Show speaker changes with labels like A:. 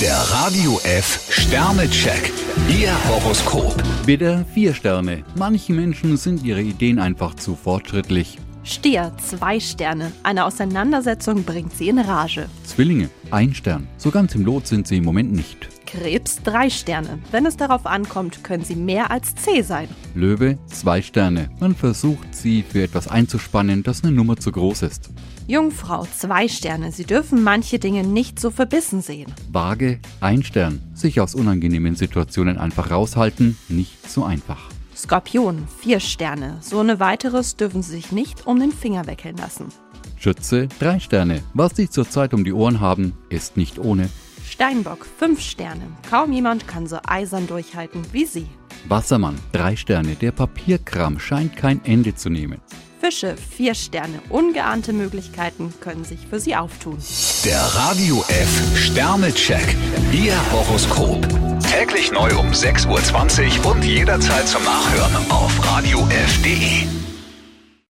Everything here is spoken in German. A: Der Radio F Sternecheck. Ihr Horoskop.
B: Bitte vier Sterne. Manche Menschen sind ihre Ideen einfach zu fortschrittlich.
C: Stier, zwei Sterne. Eine Auseinandersetzung bringt sie in Rage.
B: Zwillinge, ein Stern. So ganz im Lot sind sie im Moment nicht.
C: Krebs, drei Sterne. Wenn es darauf ankommt, können sie mehr als zäh sein.
B: Löwe, zwei Sterne. Man versucht sie für etwas einzuspannen, das eine Nummer zu groß ist.
C: Jungfrau, zwei Sterne. Sie dürfen manche Dinge nicht so verbissen sehen.
B: Waage, ein Stern. Sich aus unangenehmen Situationen einfach raushalten, nicht so einfach.
C: Skorpion, vier Sterne. So eine weiteres dürfen sie sich nicht um den Finger wickeln lassen.
B: Schütze, drei Sterne. Was dich zurzeit um die Ohren haben, ist nicht ohne.
C: Steinbock, fünf Sterne. Kaum jemand kann so eisern durchhalten wie sie.
B: Wassermann, drei Sterne. Der Papierkram scheint kein Ende zu nehmen.
C: Fische, vier Sterne. Ungeahnte Möglichkeiten können sich für sie auftun.
A: Der Radio F Sternecheck. Ihr Horoskop. Täglich neu um 6.20 Uhr und jederzeit zum Nachhören auf Radio radiof.de.